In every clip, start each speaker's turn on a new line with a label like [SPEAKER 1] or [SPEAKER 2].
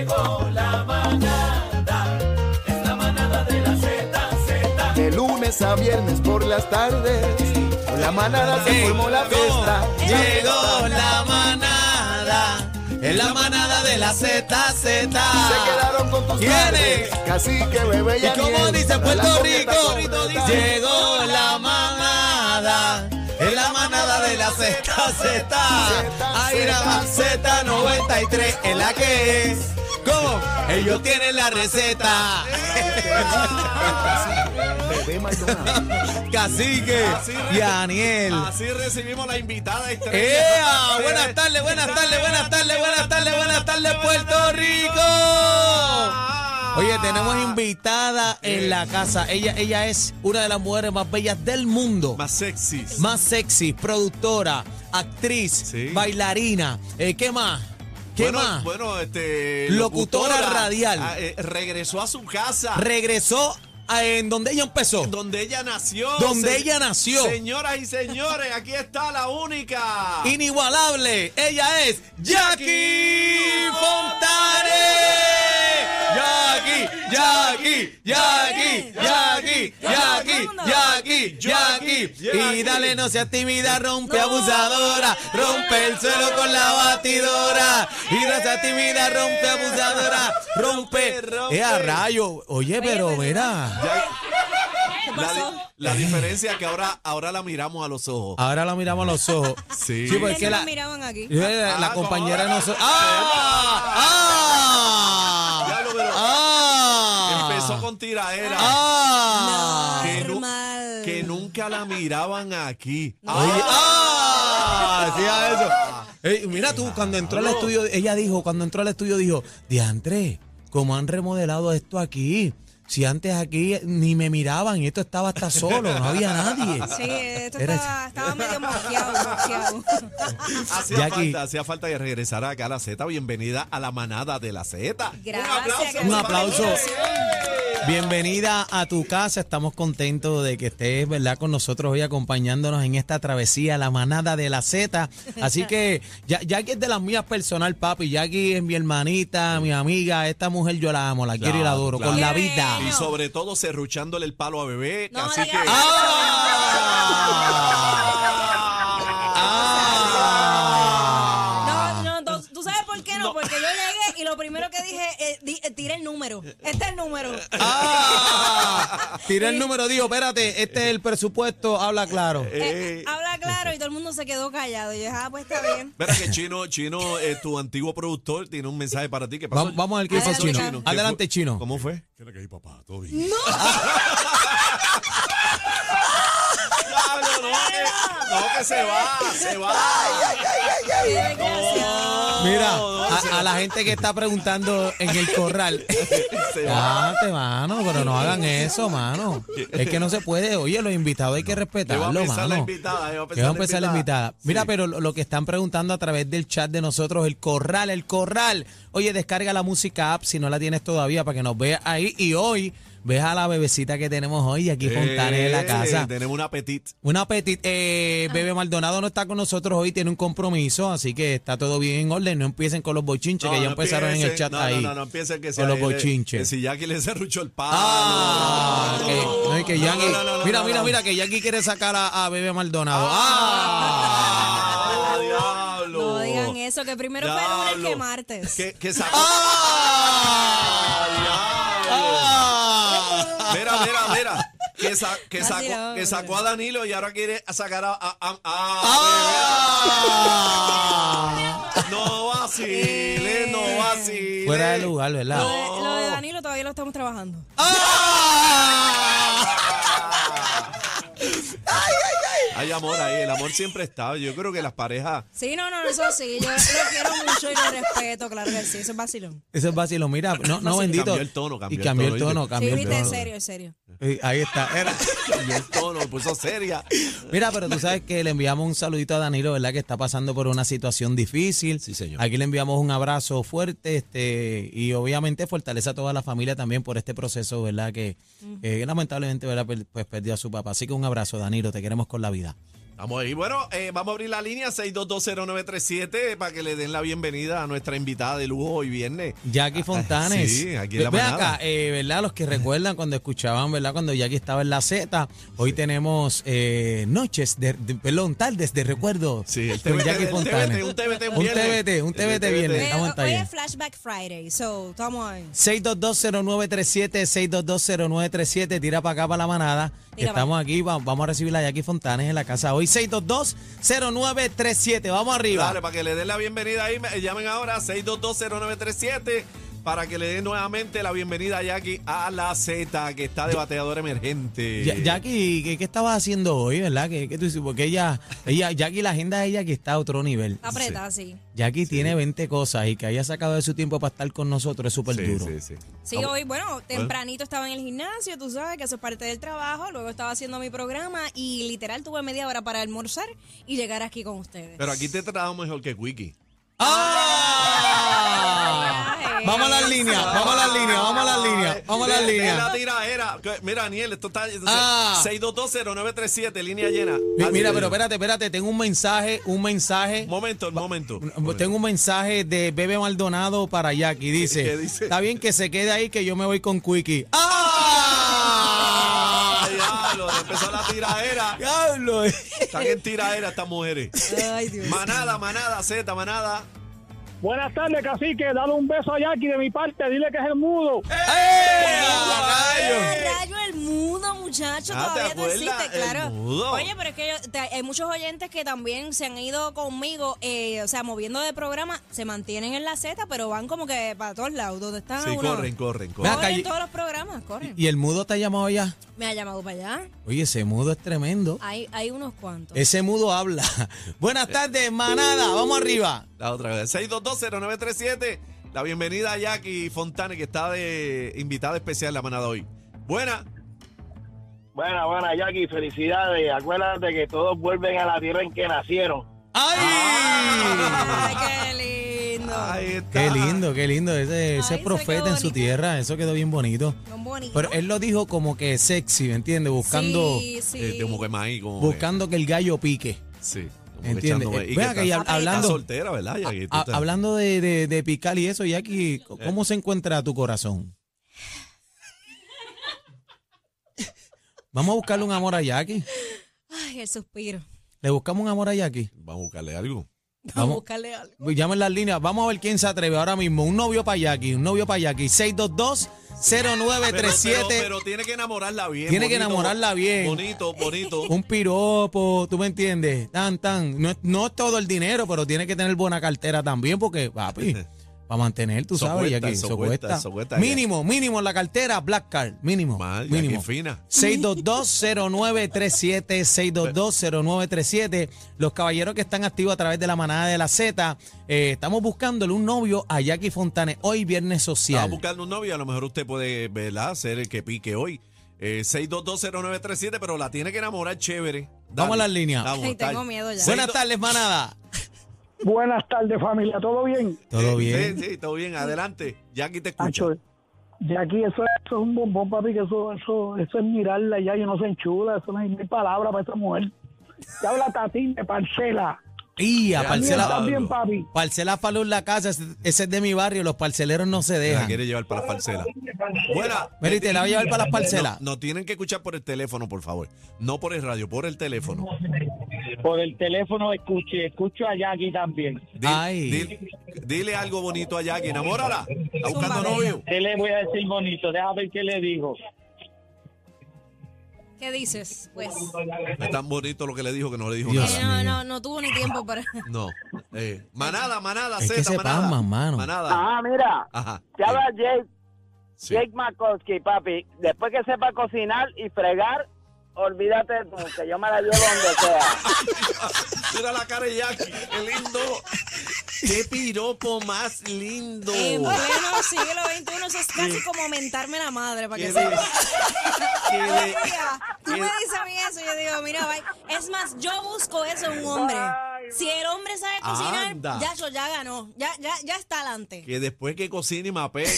[SPEAKER 1] llegó la manada, es la manada de la Z, Z.
[SPEAKER 2] De lunes a viernes por las tardes, con la manada se formó la fiesta.
[SPEAKER 3] Llegó la manada, es la manada de la Z, Z.
[SPEAKER 2] Se quedaron con tus
[SPEAKER 3] ¿Quiénes?
[SPEAKER 2] padres, cacique, bebé y
[SPEAKER 3] Y como
[SPEAKER 2] Aniel.
[SPEAKER 3] dice
[SPEAKER 2] La
[SPEAKER 3] Puerto
[SPEAKER 2] coqueta
[SPEAKER 3] Rico,
[SPEAKER 2] favorita.
[SPEAKER 3] llegó la manada. Es la manada de la ZZ. Ahí nada más Z93 es la que es. ¿Cómo? Ellos tienen la receta.
[SPEAKER 2] Bebé Maldonado.
[SPEAKER 3] Cacique y Aniel.
[SPEAKER 4] Así recibimos la invitada
[SPEAKER 3] ¡Ea! Buenas tardes, buenas tardes, buenas tardes, buenas tardes, buenas tardes, Puerto Rico.
[SPEAKER 4] Ah.
[SPEAKER 3] Oye, tenemos invitada en
[SPEAKER 4] Eh.
[SPEAKER 3] la casa. Ella, ella es una de las mujeres más bellas del mundo.
[SPEAKER 4] Más sexy.
[SPEAKER 3] Más sexy, productora, actriz,
[SPEAKER 4] Sí.
[SPEAKER 3] bailarina. Eh, ¿Qué más? ¿Qué
[SPEAKER 4] bueno,
[SPEAKER 3] más?
[SPEAKER 4] Bueno, este.
[SPEAKER 3] Locutora radial.
[SPEAKER 4] ah, eh, regresó a su casa.
[SPEAKER 3] Regresó a- en donde ella empezó.
[SPEAKER 4] donde ella nació.
[SPEAKER 3] Donde ella nació.
[SPEAKER 4] Señoras y señores, aquí está la única.
[SPEAKER 3] Inigualable. Ella es Jackie Fontane. Jackie, Jackie, Jackie, Jackie, Jackie, Jackie, Jackie. Y dale, no seas tímida, rompe abusadora. Rompe el suelo con la batidora. Y no seas tímida, rompe abusadora. Rompe.
[SPEAKER 4] Rompe.
[SPEAKER 3] Eh, a rayo. Oye, pero mira.
[SPEAKER 4] La, di- la diferencia que ahora, ahora la miramos a los ojos.
[SPEAKER 3] Ahora la miramos a los ojos.
[SPEAKER 4] Sí.
[SPEAKER 3] Sí, porque
[SPEAKER 5] Ustedes no
[SPEAKER 3] la,
[SPEAKER 5] nos miraban aquí.
[SPEAKER 3] Yo era La
[SPEAKER 4] Ah,
[SPEAKER 3] compañera
[SPEAKER 4] ¿cómo?
[SPEAKER 3] no so- ¡Ah!
[SPEAKER 4] Ya lo veo.
[SPEAKER 3] ¡Ah!
[SPEAKER 4] Empezó con tiraera.
[SPEAKER 3] ¡Ah!
[SPEAKER 4] que, nu-
[SPEAKER 5] Normal.
[SPEAKER 4] que nunca la miraban aquí.
[SPEAKER 3] Oye,
[SPEAKER 4] Ah,
[SPEAKER 3] ¡Ah! Hacía eso. Ey, mira tú, cuando entró al estudio, ella dijo, cuando entró al estudio dijo, Diantre, ¿cómo han remodelado esto aquí? Si antes aquí ni me miraban y esto estaba hasta solo, no había nadie.
[SPEAKER 5] Sí, esto
[SPEAKER 3] Era-
[SPEAKER 5] estaba, estaba medio mosqueado, mosqueado.
[SPEAKER 4] Hacía
[SPEAKER 3] Jackie.
[SPEAKER 4] falta, hacía falta que regresara acá a la Z. Bienvenida a la manada de la Z.
[SPEAKER 5] Gracias,
[SPEAKER 3] Un
[SPEAKER 5] gracias.
[SPEAKER 3] aplauso. Bienvenida a tu casa. Estamos contentos de que estés, ¿verdad?, con nosotros hoy acompañándonos en esta travesía, la manada de la Z. Así que ya, Jackie es de las mías personal, papi. Jackie es mi hermanita, mi amiga. Esta mujer yo la amo, la quiero y la
[SPEAKER 4] Claro,
[SPEAKER 3] adoro con la
[SPEAKER 4] claro.
[SPEAKER 3] vida.
[SPEAKER 4] Y sobre todo cerruchándole el palo a bebé.
[SPEAKER 5] No,
[SPEAKER 4] así
[SPEAKER 5] no,
[SPEAKER 4] que. Ah.
[SPEAKER 5] no, no. No,
[SPEAKER 4] Ah.
[SPEAKER 5] no, no, tú sabes por qué no, porque yo llegué y lo primero que dije, eh, di- eh, tiré el número. Este es el número.
[SPEAKER 3] ¡Ah! Tiré el número, digo, espérate, este es el presupuesto, habla claro.
[SPEAKER 4] Eh.
[SPEAKER 5] Eh, habla claro y todo el mundo se quedó callado. Y yo dije, ah, pues está bien.
[SPEAKER 4] Espera que Chino, Chino, eh, tu antiguo productor, tiene un mensaje para ti. ¿Qué pasó?
[SPEAKER 3] Vamos, vamos al que hizo
[SPEAKER 5] Adelante,
[SPEAKER 3] Chino.
[SPEAKER 5] Chino.
[SPEAKER 4] ¿Qué
[SPEAKER 3] Adelante,
[SPEAKER 4] fue-
[SPEAKER 3] Chino.
[SPEAKER 4] ¿Cómo fue?
[SPEAKER 6] ¿Qué es la que hay, papá? ¿Todo bien? No.
[SPEAKER 4] Diablo, no, que, no, que se va, se va.
[SPEAKER 5] Qué desgraciado.
[SPEAKER 3] Mira, a, a la gente que está preguntando en el corral.
[SPEAKER 4] Se va.
[SPEAKER 3] Date, mano, pero no hagan eso, mano. Es que no se puede. Oye, los invitados hay que
[SPEAKER 4] Yo voy a
[SPEAKER 3] respetarlo,
[SPEAKER 4] empezar la
[SPEAKER 3] mano.
[SPEAKER 4] invitada. Yo
[SPEAKER 3] Que va a empezar la invitada. Mira, pero lo, lo que están preguntando a través del chat de nosotros, el corral, el corral. Oye, descarga la música app si no la tienes todavía para que nos veas ahí. Y hoy, ves a la bebecita que tenemos hoy aquí Fontana en la casa.
[SPEAKER 4] Tenemos un apetit.
[SPEAKER 3] Una petit, eh, Bebe Maldonado no está con nosotros hoy, tiene un compromiso, así que está todo bien en orden. No empiecen con los bochinches que ya
[SPEAKER 4] no
[SPEAKER 3] empezaron en el
[SPEAKER 4] empiecen,
[SPEAKER 3] chat
[SPEAKER 4] no,
[SPEAKER 3] ahí.
[SPEAKER 4] No, no, no empiecen que
[SPEAKER 3] con
[SPEAKER 4] sea
[SPEAKER 3] los
[SPEAKER 4] él, eh,
[SPEAKER 3] bochinches.
[SPEAKER 4] que Si Jackie le cerruchó el palo.
[SPEAKER 3] Ah,
[SPEAKER 4] No,
[SPEAKER 3] que,
[SPEAKER 4] no,
[SPEAKER 3] no, y que
[SPEAKER 4] no,
[SPEAKER 3] Yankee-
[SPEAKER 4] no, no, no,
[SPEAKER 3] mira,
[SPEAKER 4] no,
[SPEAKER 3] mira,
[SPEAKER 4] no.
[SPEAKER 3] mira, que Yankee quiere sacar a, a Bebe Maldonado. ¡Ah!
[SPEAKER 4] Ah, diablo.
[SPEAKER 5] No digan eso, que primero fue lunes
[SPEAKER 4] Diablo.
[SPEAKER 5] que martes.
[SPEAKER 4] Que, que sacó.
[SPEAKER 3] ¡Ah!
[SPEAKER 4] Mira, mira, mira. Que, sa- que,
[SPEAKER 5] Así
[SPEAKER 4] sacó,
[SPEAKER 5] no,
[SPEAKER 4] que
[SPEAKER 5] no.
[SPEAKER 4] sacó a Danilo y ahora quiere sacar a. a- a-
[SPEAKER 3] ¡Ah!
[SPEAKER 4] a- No vacile, no vacile.
[SPEAKER 3] Fuera de lugar, ¿verdad?
[SPEAKER 5] Lo, de, lo de Danilo todavía lo estamos trabajando.
[SPEAKER 4] Ah. Hay amor ahí, el amor siempre está. Yo creo que las parejas.
[SPEAKER 5] Sí, no, no, eso sí. Yo lo quiero mucho y lo respeto, claro que sí. Eso es vacilón.
[SPEAKER 3] Eso es vacilo, mira, no, no bendito.
[SPEAKER 4] Cambió el tono, cambió
[SPEAKER 3] y
[SPEAKER 4] el
[SPEAKER 3] cambió el
[SPEAKER 4] tono,
[SPEAKER 3] tono,
[SPEAKER 4] ¿viste?
[SPEAKER 3] cambió
[SPEAKER 5] Sí,
[SPEAKER 3] el
[SPEAKER 5] viste,
[SPEAKER 3] tono.
[SPEAKER 5] en serio, en serio.
[SPEAKER 3] Sí, Ahí está. Era-
[SPEAKER 4] Y el tono me puso seria.
[SPEAKER 3] Mira, pero tú sabes que le enviamos un saludito a Danilo, ¿verdad? Que está pasando por una situación difícil.
[SPEAKER 4] Sí, señor.
[SPEAKER 3] Aquí le enviamos un abrazo fuerte este y obviamente fortaleza a toda la familia también por este proceso, pues ¿verdad? Que eh, lamentablemente, ¿verdad? Per- Pues perdió a su papá. Así que un abrazo, Danilo. Te queremos con la vida.
[SPEAKER 4] Estamos ahí. Bueno, eh, vamos a abrir la línea 6220937 para que le den la bienvenida a nuestra invitada de lujo hoy viernes.
[SPEAKER 3] Jackie Fontanes.
[SPEAKER 4] Ah, Sí, aquí en la
[SPEAKER 3] Ve
[SPEAKER 4] manada.
[SPEAKER 3] acá, eh, ¿verdad? Los que recuerdan cuando escuchaban, ¿verdad? Cuando Jackie estaba en la Z, hoy tenemos eh, noches, de, de- perdón, tardes de recuerdo
[SPEAKER 4] Sí, el
[SPEAKER 3] con
[SPEAKER 4] TBT,
[SPEAKER 3] Jackie
[SPEAKER 4] el
[SPEAKER 3] Fontanes.
[SPEAKER 4] TBT, un TBT
[SPEAKER 3] un
[SPEAKER 4] viernes.
[SPEAKER 3] TBT, un
[SPEAKER 4] El
[SPEAKER 3] TBT
[SPEAKER 4] TBT.
[SPEAKER 3] viernes.
[SPEAKER 5] Eh,
[SPEAKER 3] Estamos en
[SPEAKER 5] hoy
[SPEAKER 3] taller.
[SPEAKER 5] es Flashback Friday, so estamos ahí.
[SPEAKER 3] 6220937, 6220937, tira para acá para la manada. que
[SPEAKER 5] Tira pa'
[SPEAKER 3] Estamos aquí, va- vamos a recibir a Jackie Fontanes en la casa hoy. 6220937, vamos arriba.
[SPEAKER 4] Dale, para que le den la bienvenida ahí, me- llamen ahora 6220937 para que le den nuevamente la bienvenida a Jackie a la Z, que está de bateador emergente.
[SPEAKER 3] Ya- Jackie, ¿qué, qué estabas haciendo hoy, verdad? ¿Qué, qué tú hiciste? Porque ella, ella, Jackie, la agenda de ella que está a otro nivel.
[SPEAKER 5] Apreta, sí.
[SPEAKER 3] Jackie tiene 20 cosas y que haya sacado de su tiempo para estar con nosotros es súper
[SPEAKER 4] Sí,
[SPEAKER 3] duro.
[SPEAKER 4] sí, sí.
[SPEAKER 5] Sí, hoy, bueno, tempranito estaba en el gimnasio, tú sabes que eso es parte del trabajo, luego estaba haciendo mi programa y literal tuve media hora para almorzar y llegar aquí con ustedes.
[SPEAKER 4] Pero aquí te tratamos mejor que Wiki.
[SPEAKER 3] ¡Ah! Vamos a las líneas, vamos a las líneas, vamos a las líneas, vamos a las
[SPEAKER 4] De- de
[SPEAKER 3] líneas.
[SPEAKER 4] la tiraera. Que- Mira, Daniel, esto está.
[SPEAKER 3] Ah.
[SPEAKER 4] 6220937, línea llena.
[SPEAKER 3] Mi- Mira,
[SPEAKER 4] Así-
[SPEAKER 3] pero espérate, espérate, tengo un mensaje, un mensaje.
[SPEAKER 4] Un Momento, un momento.
[SPEAKER 3] Tengo un mensaje de Bebe Maldonado para Jackie. Dice,
[SPEAKER 4] ¿Qué dice?
[SPEAKER 3] está bien que se quede ahí que yo me voy con Quickie. ¡Ah!
[SPEAKER 4] ¡Ah, diablo! Empezó la tiraera.
[SPEAKER 3] ¡Diablo!
[SPEAKER 4] Están en tiraera estas mujeres.
[SPEAKER 5] Ay, Dios.
[SPEAKER 4] Manada, manada, Z, manada.
[SPEAKER 7] Buenas tardes, cacique. Dale un beso a Jackie de mi parte. Dile que es el mudo.
[SPEAKER 5] ¡Ah, rayo el mudo, muchacho!
[SPEAKER 4] Ah, ¿te
[SPEAKER 5] todavía te
[SPEAKER 4] acuerdas?
[SPEAKER 5] existe,
[SPEAKER 4] El
[SPEAKER 5] claro.
[SPEAKER 4] mudo.
[SPEAKER 5] Oye, pero es que yo- te- hay muchos oyentes que también se han ido conmigo, eh, o sea, moviendo de programa, se mantienen en la Z, pero van como que para todos lados, donde están
[SPEAKER 4] Sí,
[SPEAKER 5] uno.
[SPEAKER 4] corren, corren,
[SPEAKER 3] Ven
[SPEAKER 4] corren.
[SPEAKER 3] acá,
[SPEAKER 5] Corren
[SPEAKER 3] y-
[SPEAKER 5] todos los programas, corren.
[SPEAKER 3] ¿Y el mudo te ha llamado ya?
[SPEAKER 5] Me ha llamado para allá.
[SPEAKER 3] Oye, ese mudo es tremendo.
[SPEAKER 5] Hay, hay unos cuantos.
[SPEAKER 3] Ese mudo habla. Buenas tardes, manada. Vamos arriba.
[SPEAKER 4] La otra vez. 6220937. La bienvenida a Jackie Fontane, que está de invitada especial en la manada hoy. Buena.
[SPEAKER 7] Buena, buena, Jackie. Felicidades. Acuérdate que todos vuelven a la tierra en que nacieron.
[SPEAKER 4] ¡Ah!
[SPEAKER 3] ¡Ay!
[SPEAKER 5] ¡Ay, qué lindo!
[SPEAKER 4] Ahí está.
[SPEAKER 3] Qué lindo, qué lindo. Ese, ese
[SPEAKER 5] Ay, se
[SPEAKER 3] profeta
[SPEAKER 5] quedó
[SPEAKER 3] en su
[SPEAKER 5] bonito.
[SPEAKER 3] tierra. Eso quedó bien bonito.
[SPEAKER 5] Son bonitos.
[SPEAKER 3] Pero él lo dijo como que sexy, ¿me entiendes? Buscando,
[SPEAKER 5] Sí, sí.
[SPEAKER 4] Eh, como que más ahí, como que-
[SPEAKER 3] buscando que el gallo pique.
[SPEAKER 4] Sí. como que
[SPEAKER 3] ¿Entiendes?
[SPEAKER 4] echando-
[SPEAKER 3] Eh,
[SPEAKER 4] y
[SPEAKER 3] vea que
[SPEAKER 4] está-
[SPEAKER 3] y hab-
[SPEAKER 5] está
[SPEAKER 3] hablando,
[SPEAKER 4] Estás soltera, ¿verdad? Jackie? Tú
[SPEAKER 3] a-
[SPEAKER 4] estás- Eh.
[SPEAKER 3] hablando de, de, de picar y eso, Jackie, ¿cómo se encuentra tu corazón? Vamos a buscarle un amor a Jackie.
[SPEAKER 5] Ay, el suspiro.
[SPEAKER 3] ¿Le buscamos un amor a Jackie?
[SPEAKER 4] Vamos a buscarle algo.
[SPEAKER 5] Vamos
[SPEAKER 3] Vamos.
[SPEAKER 5] a buscarle algo.
[SPEAKER 3] Llamen las líneas. Vamos a ver quién se atreve ahora mismo. Un novio para Jackie, un novio para Jackie. 622
[SPEAKER 4] Pero, pero,
[SPEAKER 3] 0937
[SPEAKER 4] pero tiene que enamorarla bien.
[SPEAKER 3] Tiene que enamorarla bien.
[SPEAKER 4] Bonito, bonito.
[SPEAKER 3] Un piropo, ¿tú me entiendes? Tan, tan. No, es- no es todo el dinero, pero tiene que tener buena cartera también, porque, papi, para mantener, tú
[SPEAKER 4] Eso
[SPEAKER 3] sabes,
[SPEAKER 4] cuesta,
[SPEAKER 3] Jackie,
[SPEAKER 4] eso
[SPEAKER 3] eso
[SPEAKER 4] cuesta,
[SPEAKER 3] cuesta.
[SPEAKER 4] eso cuesta,
[SPEAKER 3] Mínimo, mínimo en la cartera, Black Card, mínimo.
[SPEAKER 4] Mal, Jackie
[SPEAKER 3] mínimo.
[SPEAKER 4] fina.
[SPEAKER 3] 622-0937, 622-0937. Los caballeros que están activos a través de la manada de la Z, eh, estamos buscándole un novio a Jackie Fontane hoy, Viernes
[SPEAKER 4] Estaba
[SPEAKER 3] Social.
[SPEAKER 4] buscando un novio, a lo mejor usted puede, ¿verdad? Ser el que pique hoy. Eh, 6220937, pero la tiene que enamorar chévere.
[SPEAKER 3] Vamos a las líneas.
[SPEAKER 5] Ay, tengo miedo ya.
[SPEAKER 3] Buenas tardes, manada.
[SPEAKER 7] Buenas tardes, familia. ¿Todo bien?
[SPEAKER 3] Todo bien.
[SPEAKER 4] Sí, sí, todo bien. Adelante. Jackie te escucha.
[SPEAKER 7] Acho, Jackie, eso, es- eso es un bombón, papi. Que eso, eso, eso es mirarla ya. Yo no se enchula. Eso no hay, no hay palabra para esa mujer. Te habla Tatín de parcela.
[SPEAKER 3] Y a
[SPEAKER 4] Ya,
[SPEAKER 3] parcela-
[SPEAKER 4] mira,
[SPEAKER 7] también, papi.
[SPEAKER 3] Parcela Falú en la casa, ese ese es de mi barrio, los parceleros no se
[SPEAKER 4] La
[SPEAKER 3] dejan.
[SPEAKER 4] quiere llevar para la parcela. Buena.
[SPEAKER 3] Mary, te la voy a llevar para las parcelas.
[SPEAKER 4] No, no tienen que escuchar por el teléfono, por favor. No por el radio, por el teléfono.
[SPEAKER 7] Por el teléfono escuché. Escucho a Jackie también.
[SPEAKER 4] Dil-
[SPEAKER 3] Ay.
[SPEAKER 4] dil- dile algo bonito a Jackie. Enamórala. Está buscando
[SPEAKER 5] Zúmbale.
[SPEAKER 4] novio.
[SPEAKER 7] ¿Qué le voy a decir bonito? Déjame ver qué le digo.
[SPEAKER 5] ¿Qué dices? Pues.
[SPEAKER 4] Es tan bonito lo que le dijo que no le dijo
[SPEAKER 3] Dios.
[SPEAKER 5] eh,
[SPEAKER 4] nada.
[SPEAKER 5] no, no, no tuvo ni tiempo para.
[SPEAKER 4] No. Eh, manada, manada,
[SPEAKER 3] Es que
[SPEAKER 4] Z,
[SPEAKER 3] se
[SPEAKER 4] manada.
[SPEAKER 3] pasman, mano.
[SPEAKER 4] Manada.
[SPEAKER 8] Ah, mira,
[SPEAKER 4] Ajá.
[SPEAKER 8] te habla
[SPEAKER 4] Eh,
[SPEAKER 8] Jake,
[SPEAKER 4] sí.
[SPEAKER 8] Jake Makowski, papi. Después que sepa cocinar y fregar, olvídate de tú, que yo me la llevo donde sea.
[SPEAKER 4] Mira la cara de Jackie. Qué lindo. Qué piropo más lindo.
[SPEAKER 5] En pleno siglo XXI, eso es casi como aumentarme la madre para
[SPEAKER 4] Qué
[SPEAKER 5] que
[SPEAKER 4] de-
[SPEAKER 5] sepa.
[SPEAKER 4] qué de-
[SPEAKER 5] Tú me dices a mí eso, yo digo, mira, bye. Es más, yo busco eso en un hombre. Si el hombre sabe cocinar,
[SPEAKER 4] Anda.
[SPEAKER 5] ya yo ya ganó. Ya, ya, ya está adelante.
[SPEAKER 4] que después que cocine y mapee.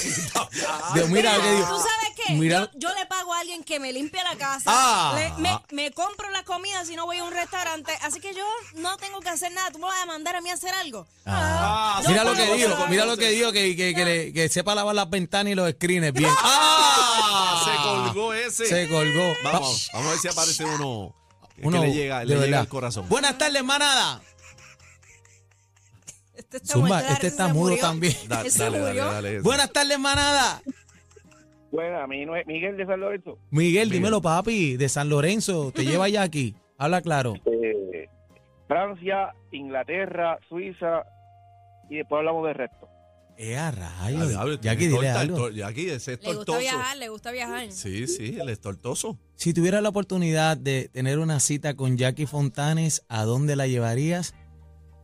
[SPEAKER 3] Dios, mira lo que
[SPEAKER 5] ¿Tú
[SPEAKER 3] digo.
[SPEAKER 5] sabes qué?
[SPEAKER 3] Mira-
[SPEAKER 5] Yo, yo le pago pago a alguien que me limpie la casa.
[SPEAKER 3] Ah.
[SPEAKER 5] Le- me, me compro la comida si no voy a un restaurante. Así que yo no tengo que hacer nada. Tú me vas a mandar a mí a hacer algo.
[SPEAKER 4] Ah,
[SPEAKER 5] Yo
[SPEAKER 3] Mira lo
[SPEAKER 5] pago
[SPEAKER 3] que
[SPEAKER 5] por
[SPEAKER 3] dijo,
[SPEAKER 5] algo.
[SPEAKER 3] mira lo que dijo, que, que, que, le- que sepa lavar las ventanas y los screens bien.
[SPEAKER 4] Ah, se colgó ese.
[SPEAKER 3] Se colgó.
[SPEAKER 4] Vamos, vamos a ver si aparece uno,
[SPEAKER 3] Uno,
[SPEAKER 4] que le llega,
[SPEAKER 3] de
[SPEAKER 4] le llega
[SPEAKER 3] verdad.
[SPEAKER 4] al corazón.
[SPEAKER 3] Buenas tardes, manada.
[SPEAKER 5] Este está,
[SPEAKER 3] Zumba,
[SPEAKER 5] muerto de la
[SPEAKER 3] este
[SPEAKER 5] risa,
[SPEAKER 3] está
[SPEAKER 5] se
[SPEAKER 3] mudo
[SPEAKER 5] murió.
[SPEAKER 3] también.
[SPEAKER 4] Da-
[SPEAKER 5] Ese
[SPEAKER 4] dale, dale,
[SPEAKER 5] murió.
[SPEAKER 4] dale, ese.
[SPEAKER 3] Buenas tardes, manada.
[SPEAKER 8] Bueno, a mí no es Miguel de San Lorenzo.
[SPEAKER 3] Miguel,
[SPEAKER 4] Miguel.
[SPEAKER 3] dímelo, papi, de San Lorenzo. Te lleva ya aquí. Habla claro.
[SPEAKER 8] eh, Francia, Inglaterra, Suiza y después hablamos del resto.
[SPEAKER 3] Eh, a rayos.
[SPEAKER 4] Diablo,
[SPEAKER 3] Jackie,
[SPEAKER 4] tiene
[SPEAKER 3] dile
[SPEAKER 4] torta, el
[SPEAKER 3] algo.
[SPEAKER 4] tor- Jackie, ese es
[SPEAKER 5] Le gusta
[SPEAKER 4] tortoso.
[SPEAKER 5] viajar, le gusta viajar.
[SPEAKER 4] Sí, sí, él es tortoso.
[SPEAKER 3] Si tuvieras la oportunidad de tener una cita con Jackie Fontanes, ¿a dónde la llevarías?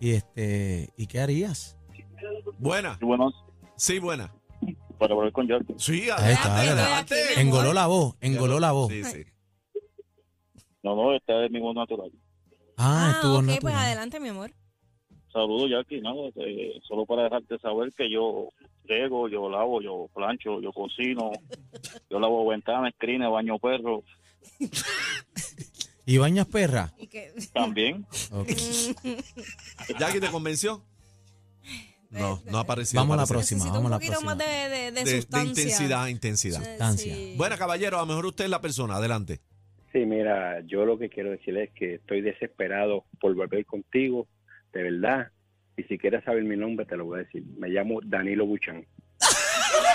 [SPEAKER 3] Y este, ¿y qué harías?
[SPEAKER 4] Buena,
[SPEAKER 8] Bueno,
[SPEAKER 4] sí, buena.
[SPEAKER 8] para volver con Jordi.
[SPEAKER 4] Sí,
[SPEAKER 3] Ahí está,
[SPEAKER 4] adelante,
[SPEAKER 3] ahí está.
[SPEAKER 4] adelante.
[SPEAKER 5] Qué En-
[SPEAKER 3] Engoló
[SPEAKER 5] amor.
[SPEAKER 3] la voz, engoló la voz.
[SPEAKER 4] Sí, sí.
[SPEAKER 8] No, no, esta es mi voz natural.
[SPEAKER 3] Ah,
[SPEAKER 5] Ah,
[SPEAKER 3] estuvo
[SPEAKER 5] ok,
[SPEAKER 3] natural.
[SPEAKER 5] pues adelante, mi amor.
[SPEAKER 8] Saludos, Jackie. Nada, eh, solo para dejarte saber que yo riego, yo lavo, yo plancho, yo cocino, yo lavo ventanas, crines, baño perro,
[SPEAKER 3] ¿Y bañas perra?
[SPEAKER 5] Y que,
[SPEAKER 8] también.
[SPEAKER 3] Ok.
[SPEAKER 4] Jackie, ¿te convenció? No, no ha aparecido.
[SPEAKER 3] Vamos a la
[SPEAKER 4] parece.
[SPEAKER 3] Próxima,
[SPEAKER 5] necesito
[SPEAKER 3] vamos a
[SPEAKER 5] un
[SPEAKER 3] la
[SPEAKER 5] poquito más de, de, de
[SPEAKER 4] De, de
[SPEAKER 5] sustancia.
[SPEAKER 4] intensidad, intensidad.
[SPEAKER 5] Eh,
[SPEAKER 3] Sustancia.
[SPEAKER 5] sí.
[SPEAKER 4] Buena, caballero, a lo mejor usted es la persona. Adelante.
[SPEAKER 9] Sí, mira, yo lo que quiero decirles es que estoy desesperado por volver contigo, de verdad. Y si quieres saber mi nombre, te lo voy a decir. Me llamo Danilo Buchan.